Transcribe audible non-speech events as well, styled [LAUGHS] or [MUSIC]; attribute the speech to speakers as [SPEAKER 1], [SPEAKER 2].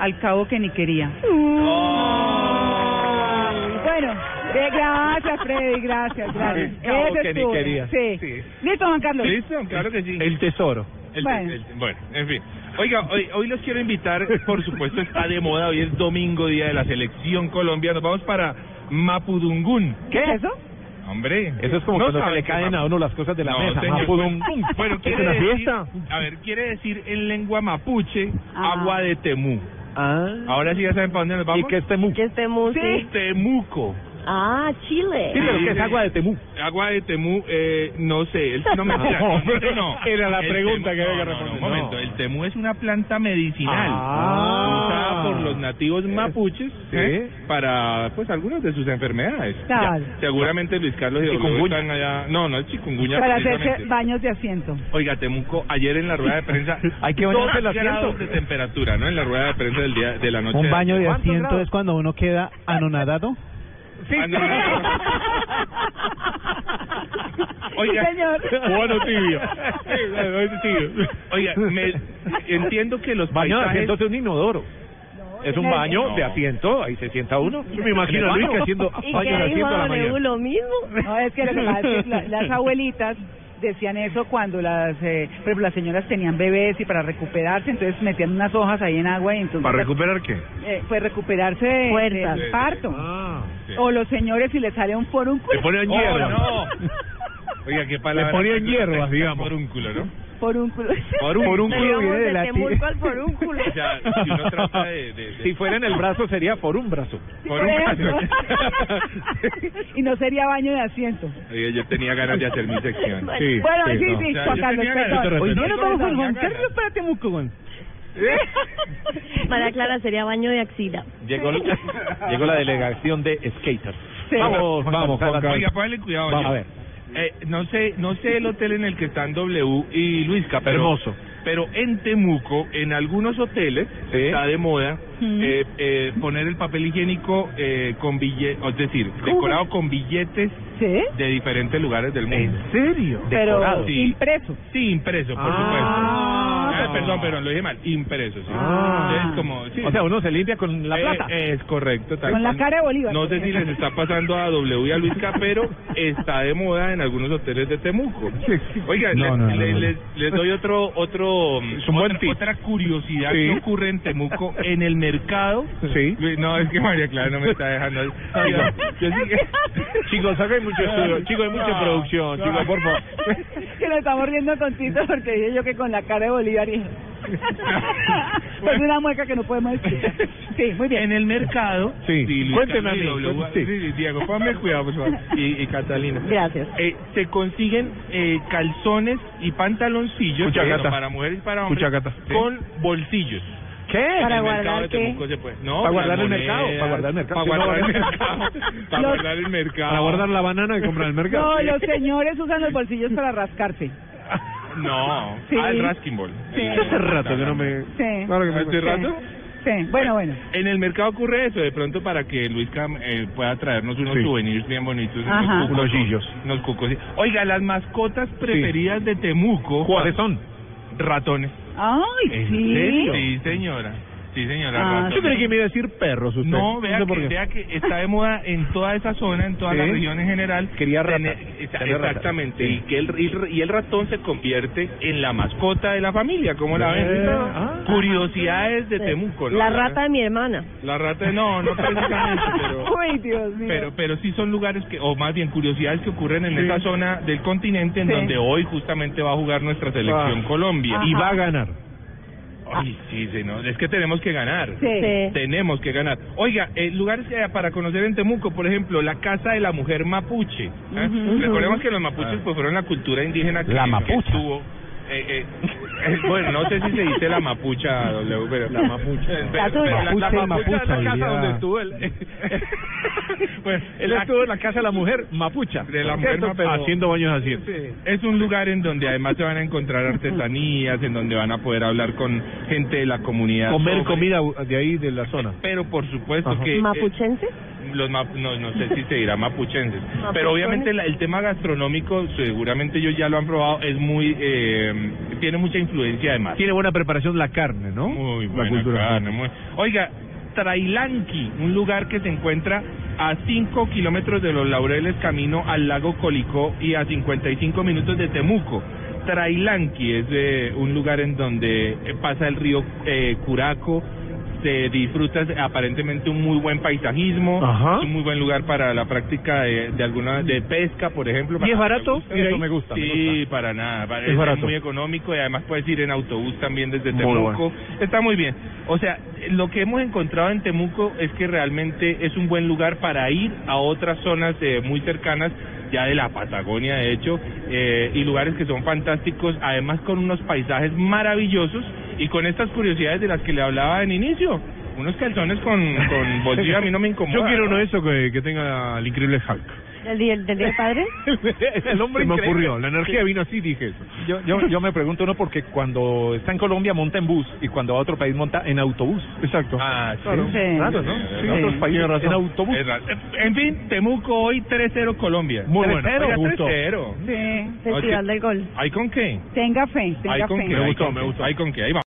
[SPEAKER 1] Al cabo que ni quería. Bueno, de- gracias, Freddy, gracias, gracias.
[SPEAKER 2] Al cabo
[SPEAKER 1] Ese
[SPEAKER 2] que ni
[SPEAKER 1] estuvo,
[SPEAKER 2] quería.
[SPEAKER 1] Sí.
[SPEAKER 2] Sí.
[SPEAKER 1] Listo, Juan Carlos.
[SPEAKER 2] ¿Listo? Claro que sí.
[SPEAKER 3] El tesoro.
[SPEAKER 2] El-
[SPEAKER 1] Bueno.
[SPEAKER 2] el- bueno, en fin. Oiga, hoy, hoy los quiero invitar, por supuesto, está de moda, hoy es domingo, día de la selección colombiana. Vamos para Mapudungún.
[SPEAKER 1] ¿Qué es eso?
[SPEAKER 2] Hombre,
[SPEAKER 3] Eso es como
[SPEAKER 2] no
[SPEAKER 3] cuando se
[SPEAKER 2] saben
[SPEAKER 3] le
[SPEAKER 2] qué
[SPEAKER 3] caen
[SPEAKER 2] Mapu-
[SPEAKER 3] a uno las cosas de la
[SPEAKER 2] No,
[SPEAKER 3] mesa.
[SPEAKER 2] señor,
[SPEAKER 3] Mapudum.
[SPEAKER 2] pues, Bueno,
[SPEAKER 3] es
[SPEAKER 2] quiere
[SPEAKER 3] una
[SPEAKER 2] decir-
[SPEAKER 3] fiesta.
[SPEAKER 2] A ver, quiere decir en lengua mapuche,
[SPEAKER 1] Ah.
[SPEAKER 2] agua de Temú.
[SPEAKER 3] Ah.
[SPEAKER 2] Ahora sí ya saben para dónde nos
[SPEAKER 3] ¿Y
[SPEAKER 2] vamos.
[SPEAKER 3] qué es Temú?
[SPEAKER 2] Sí, Temuco.
[SPEAKER 4] Ah, Chile.
[SPEAKER 3] Sí, pero ¿qué es
[SPEAKER 2] Sí.
[SPEAKER 3] agua de Temú?
[SPEAKER 2] Agua de Temú, eh, no sé, el, no me
[SPEAKER 3] [LAUGHS] No,
[SPEAKER 2] no, no, no.
[SPEAKER 3] era la
[SPEAKER 2] El
[SPEAKER 3] pregunta que
[SPEAKER 2] no, no,
[SPEAKER 3] había que
[SPEAKER 2] no,
[SPEAKER 3] responder.
[SPEAKER 2] un momento,
[SPEAKER 3] No.
[SPEAKER 2] el Temú es una planta medicinal
[SPEAKER 3] Ah.
[SPEAKER 2] usada por los nativos mapuches
[SPEAKER 3] sí.
[SPEAKER 2] ¿eh? para pues algunas de sus enfermedades.
[SPEAKER 1] Claro.
[SPEAKER 2] Ya, Seguramente Luis Carlos y Dolores
[SPEAKER 3] Chikungunya.
[SPEAKER 2] están allá. No, no es chikungunya.
[SPEAKER 1] Para hacerse
[SPEAKER 2] precisamente.
[SPEAKER 1] baños de asiento.
[SPEAKER 2] Oiga, Temuco, ayer en la rueda de prensa
[SPEAKER 3] [LAUGHS] Hay que bañarse el
[SPEAKER 2] dos
[SPEAKER 3] asiento.
[SPEAKER 2] grados de temperatura, ¿no? En la rueda de prensa del día de la noche.
[SPEAKER 5] Un baño de
[SPEAKER 3] ¿Cuántos
[SPEAKER 5] asiento
[SPEAKER 3] grados?
[SPEAKER 5] es cuando uno queda anonadado.
[SPEAKER 2] Sí.
[SPEAKER 3] [LAUGHS]
[SPEAKER 2] Oiga,
[SPEAKER 1] Sí, señor.
[SPEAKER 3] Bueno, tibio.
[SPEAKER 2] Oiga, me, entiendo que los
[SPEAKER 3] Baño de
[SPEAKER 2] paisajes...
[SPEAKER 3] asiento es un inodoro. Es un baño de asiento, ahí se sienta uno. Yo me imagino a Luis que haciendo
[SPEAKER 4] ¿Y
[SPEAKER 3] baño de
[SPEAKER 4] qué
[SPEAKER 3] asiento
[SPEAKER 4] dijo
[SPEAKER 3] a la
[SPEAKER 4] Don Ebu?
[SPEAKER 3] mañana.
[SPEAKER 4] ¿Lo mismo?
[SPEAKER 1] No, es que lo que pasa es que la- las abuelitas decían eso cuando las, eh, por ejemplo, las señoras tenían bebés y para recuperarse, entonces metían unas hojas ahí en agua y entonces...
[SPEAKER 2] ¿Para recuperar qué?
[SPEAKER 1] eh, pues recuperarse de-
[SPEAKER 4] Fuerzas.
[SPEAKER 1] del parto.
[SPEAKER 3] Ah.
[SPEAKER 2] Sí.
[SPEAKER 1] O los señores si les sale un
[SPEAKER 3] Le
[SPEAKER 1] forúnculo.
[SPEAKER 3] ponían
[SPEAKER 2] Oh,
[SPEAKER 3] hierba.
[SPEAKER 2] no. Oiga, qué palabra.
[SPEAKER 3] Le ponían hierbas, digamos.
[SPEAKER 2] Por un culo, ¿no?
[SPEAKER 1] Forúnculo.
[SPEAKER 3] Por un culo
[SPEAKER 4] Digamos,
[SPEAKER 3] viene de
[SPEAKER 4] de
[SPEAKER 3] la [LAUGHS]
[SPEAKER 2] [LAUGHS]
[SPEAKER 4] Temuco al forúnculo.
[SPEAKER 2] O sea, si uno trata de... de, de-
[SPEAKER 3] Si fuera en el brazo sería por un brazo.
[SPEAKER 2] Por un culo.
[SPEAKER 1] y no sería baño de asiento.
[SPEAKER 2] [LAUGHS] Oiga, yo tenía ganas de hacer mi sección.
[SPEAKER 4] Sí,
[SPEAKER 1] Bueno, sí,
[SPEAKER 2] no.
[SPEAKER 1] sí,
[SPEAKER 2] O sea,
[SPEAKER 1] Juan
[SPEAKER 2] yo
[SPEAKER 1] Carlos,
[SPEAKER 2] tenía ganas,
[SPEAKER 1] perdón.
[SPEAKER 2] yo te
[SPEAKER 1] Hoy no
[SPEAKER 2] respeto.
[SPEAKER 1] nos vamos con
[SPEAKER 2] Tenía
[SPEAKER 1] Juan
[SPEAKER 2] ganas.
[SPEAKER 1] Carlos para Temuco, Juan.
[SPEAKER 4] María Clara sería baño de axila.
[SPEAKER 3] Llegó, llegó la delegación de skaters.
[SPEAKER 1] Sí.
[SPEAKER 3] Vamos, vamos, Oh, Juan Carlos.
[SPEAKER 2] Oiga, póngale cuidado.
[SPEAKER 3] Vamos,
[SPEAKER 2] ya.
[SPEAKER 3] a ver.
[SPEAKER 2] Eh, no sé, no sé el hotel en el que están W y Luisca, pero
[SPEAKER 3] Hermoso.
[SPEAKER 2] Pero en Temuco, en algunos hoteles
[SPEAKER 3] Sí.
[SPEAKER 2] está de moda eh, eh, poner el papel higiénico eh, con billetes, es decir, decorado con billetes
[SPEAKER 1] ¿Sí?
[SPEAKER 2] de diferentes lugares del mundo.
[SPEAKER 3] pues, ¿En serio?
[SPEAKER 1] Pero
[SPEAKER 2] Decorado. Sí.
[SPEAKER 1] impreso.
[SPEAKER 2] Sí, impreso, por
[SPEAKER 3] Ah.
[SPEAKER 2] supuesto. Ah, perdón, pero lo dije mal. Impreso, sí. Es como, sí.
[SPEAKER 3] O sea, uno se limpia con la
[SPEAKER 2] Eh,
[SPEAKER 3] plata.
[SPEAKER 2] es correcto. tal
[SPEAKER 1] Con la
[SPEAKER 2] cual.
[SPEAKER 1] cara de Bolívar.
[SPEAKER 2] No sé si les está pasando a W y a Luisca, pero está de moda en algunos hoteles de Temuco. Oiga,
[SPEAKER 5] No,
[SPEAKER 2] les,
[SPEAKER 5] no, no,
[SPEAKER 2] les-
[SPEAKER 5] no.
[SPEAKER 2] les- les doy otro, otro,
[SPEAKER 3] un buen
[SPEAKER 2] otra,
[SPEAKER 3] tip.
[SPEAKER 2] otra curiosidad
[SPEAKER 3] Sí.
[SPEAKER 2] que ocurre en Temuco, en el mercado.
[SPEAKER 3] Sí.
[SPEAKER 2] Luis, No, es que María Clara no me está dejando. Oiga, yo sí que-
[SPEAKER 3] Chicos, acá hay mucho estudio. Chicos, hay mucha
[SPEAKER 2] Ah,
[SPEAKER 3] producción.
[SPEAKER 2] ah.
[SPEAKER 3] Chicos, por favor.
[SPEAKER 1] que nos estamos riendo con Tito porque dije yo que con la cara de Bolívar
[SPEAKER 2] [LAUGHS]
[SPEAKER 1] y... Pues una mueca que no podemos decir. Sí, muy bien.
[SPEAKER 2] En el mercado.
[SPEAKER 3] Sí.
[SPEAKER 2] Luis
[SPEAKER 3] Cuénteme
[SPEAKER 2] Carlos y
[SPEAKER 3] a mí,
[SPEAKER 2] W.
[SPEAKER 3] sí.
[SPEAKER 2] Sí, sí, Diego, ponme cuidado, por favor. [LAUGHS] Y, y Catalina.
[SPEAKER 4] Gracias.
[SPEAKER 2] Eh, se consiguen eh, calzones y pantaloncillos
[SPEAKER 3] Escucha,
[SPEAKER 2] bueno,
[SPEAKER 3] gata.
[SPEAKER 2] para mujeres y para hombres
[SPEAKER 3] Escucha, gata.
[SPEAKER 2] con bolsillos.
[SPEAKER 3] ¿Qué?
[SPEAKER 2] En
[SPEAKER 4] Para
[SPEAKER 2] el mercado
[SPEAKER 4] guardar
[SPEAKER 2] de
[SPEAKER 4] qué?
[SPEAKER 2] Temuco se puede. No,
[SPEAKER 3] Para
[SPEAKER 2] las
[SPEAKER 3] guardar el
[SPEAKER 2] monedas,
[SPEAKER 3] mercado, para guardar el mercado.
[SPEAKER 2] Para guardar
[SPEAKER 3] Si no,
[SPEAKER 2] el
[SPEAKER 3] guardar-
[SPEAKER 2] mercado. Para
[SPEAKER 1] Los-
[SPEAKER 2] guardar el mercado.
[SPEAKER 3] Para guardar la banana que [LAUGHS] compran en el mercado.
[SPEAKER 1] No, los señores usan los bolsillos para rascarse.
[SPEAKER 2] No,
[SPEAKER 1] Sí.
[SPEAKER 2] ah, el Raskin Ball.
[SPEAKER 1] Sí.
[SPEAKER 3] Hace rato que no me...
[SPEAKER 1] Sí.
[SPEAKER 3] Claro que me-
[SPEAKER 2] ¿Hace rato?
[SPEAKER 1] Sí, bueno, bueno.
[SPEAKER 2] En el mercado ocurre eso, de pronto para que Luis Cam eh, pueda traernos unos
[SPEAKER 3] Sí.
[SPEAKER 2] souvenirs bien bonitos. unos
[SPEAKER 1] Ajá.
[SPEAKER 2] cucos,
[SPEAKER 3] Unos gillos.
[SPEAKER 2] Unos cucos. sí. Oiga, las mascotas preferidas de Temuco.
[SPEAKER 3] ¿Cuáles son?
[SPEAKER 2] Ratones.
[SPEAKER 1] Ay, sí.
[SPEAKER 2] Sí, señora. Sí, señora.
[SPEAKER 1] Ah,
[SPEAKER 2] ratones.
[SPEAKER 3] Yo creí que me iba a decir perros usted.
[SPEAKER 2] No, vea,
[SPEAKER 3] sé
[SPEAKER 2] que,
[SPEAKER 3] por qué.
[SPEAKER 2] vea que está de moda en toda esa zona, en toda
[SPEAKER 3] Sí.
[SPEAKER 2] la región en general.
[SPEAKER 3] Quería ratas,
[SPEAKER 2] tener- esa-
[SPEAKER 3] tener ratas.
[SPEAKER 2] exactamente.
[SPEAKER 3] Sí.
[SPEAKER 2] Y que el, y- y el ratón se convierte en la mascota de la familia, como la
[SPEAKER 3] Eh,
[SPEAKER 2] ven.
[SPEAKER 3] ah.
[SPEAKER 2] Curiosidades de Temuco. ¿no?
[SPEAKER 4] La rata de mi hermana.
[SPEAKER 2] La rata, no, no precisamente,
[SPEAKER 1] [LAUGHS]
[SPEAKER 2] pero...
[SPEAKER 1] Uy, Dios mío.
[SPEAKER 2] Pero, pero sí son lugares que, o más bien curiosidades que ocurren en
[SPEAKER 3] Sí.
[SPEAKER 2] esa zona del continente en
[SPEAKER 1] Sí.
[SPEAKER 2] donde hoy justamente va a jugar nuestra selección
[SPEAKER 3] Ah.
[SPEAKER 2] Colombia.
[SPEAKER 3] Y va a ganar.
[SPEAKER 2] Ay, sí, sí, no, es que tenemos que ganar.
[SPEAKER 1] Sí.
[SPEAKER 4] Sí.
[SPEAKER 2] Tenemos que ganar. Oiga, eh, lugares que- para conocer en Temuco, por ejemplo, la casa de la mujer mapuche. ¿eh? Recordemos que los mapuches pues fueron la cultura indígena que
[SPEAKER 3] La
[SPEAKER 2] que
[SPEAKER 3] mapucha.
[SPEAKER 2] estuvo, eh, eh, Eh, Bueno, no sé si se dice la mapucha, W, [LAUGHS] pero la mapucha.
[SPEAKER 5] Mapucha y mapucha,
[SPEAKER 2] la casa
[SPEAKER 5] diría.
[SPEAKER 2] donde estuvo él. [LAUGHS] pues él estuvo en la casa de la mujer mapucha. De la mujer
[SPEAKER 3] ¿Cierto?
[SPEAKER 2] mapucha.
[SPEAKER 3] Haciendo baños así.
[SPEAKER 2] Es un lugar en donde además se van a encontrar artesanías, en donde van a poder hablar con gente de la comunidad.
[SPEAKER 3] Comer
[SPEAKER 2] sobre-
[SPEAKER 3] comida de ahí, de la zona.
[SPEAKER 2] Pero por supuesto
[SPEAKER 3] Ajá.
[SPEAKER 2] que. eh,
[SPEAKER 4] ¿Mapuchense?
[SPEAKER 2] los ma- no, no sé si se dirá mapuchenses, pero obviamente la- el tema gastronómico, seguramente ellos ya lo han probado, es muy, eh, tiene mucha influencia además.
[SPEAKER 3] Tiene buena preparación la carne, ¿no?
[SPEAKER 2] Muy
[SPEAKER 3] la
[SPEAKER 2] buena
[SPEAKER 3] cultura.
[SPEAKER 2] carne, muy- Oiga, Trailanqui, un lugar que se encuentra a 5 kilómetros de los Laureles, camino al lago Colicó y a 55 minutos de Temuco. Trailanqui es eh, un lugar en donde eh, pasa el río eh, Curaco, se disfruta de- aparentemente un muy buen paisajismo,
[SPEAKER 3] Ajá.
[SPEAKER 2] es un muy buen lugar para la práctica de, de alguna de pesca, por ejemplo.
[SPEAKER 3] ¿Y es
[SPEAKER 2] para-
[SPEAKER 3] barato? ir
[SPEAKER 2] Eso
[SPEAKER 3] ahí?
[SPEAKER 2] me gusta. Sí, para nada. para-
[SPEAKER 3] Es
[SPEAKER 2] Es,
[SPEAKER 3] barato.
[SPEAKER 2] muy económico y además puedes ir en autobús también desde
[SPEAKER 3] Muy
[SPEAKER 2] Temuco. Está muy bien. O sea, lo que hemos encontrado en Temuco es que realmente es un buen lugar para ir a otras zonas eh, muy cercanas, ya de la Patagonia de hecho, eh, y lugares que son fantásticos, además con unos paisajes maravillosos y con estas curiosidades de las que le hablaba en inicio. Unos calzones con, con bolsillo a mí no
[SPEAKER 3] [LAUGHS]
[SPEAKER 2] me incomoda.
[SPEAKER 3] Yo quiero uno de esos que, que tenga el increíble Hulk.
[SPEAKER 2] [LAUGHS]
[SPEAKER 4] ¿El día del día del padre?
[SPEAKER 3] el hombre me ocurrió, la energía vino así, dije eso.
[SPEAKER 5] Yo, yo, yo me pregunto uno porque cuando está en Colombia monta en bus y cuando va a otro país monta en autobús.
[SPEAKER 3] Exacto.
[SPEAKER 2] Ah, sí.
[SPEAKER 3] claro.
[SPEAKER 1] Sí.
[SPEAKER 3] Claro, ¿no?
[SPEAKER 2] Sí.
[SPEAKER 3] En otros países
[SPEAKER 2] Tiene razón.
[SPEAKER 3] en autobús.
[SPEAKER 2] Es raro. En fin, Temuco hoy 3-0 Colombia.
[SPEAKER 3] Muy bueno. Me gustó.
[SPEAKER 2] 3-0.
[SPEAKER 1] Sí.
[SPEAKER 4] Festival del Gol.
[SPEAKER 2] ¿Hay con qué?
[SPEAKER 1] Tenga fe,
[SPEAKER 2] ¿Hay
[SPEAKER 1] tenga
[SPEAKER 2] con
[SPEAKER 1] fe.
[SPEAKER 2] qué? ¿Hay con qué? Ahí va.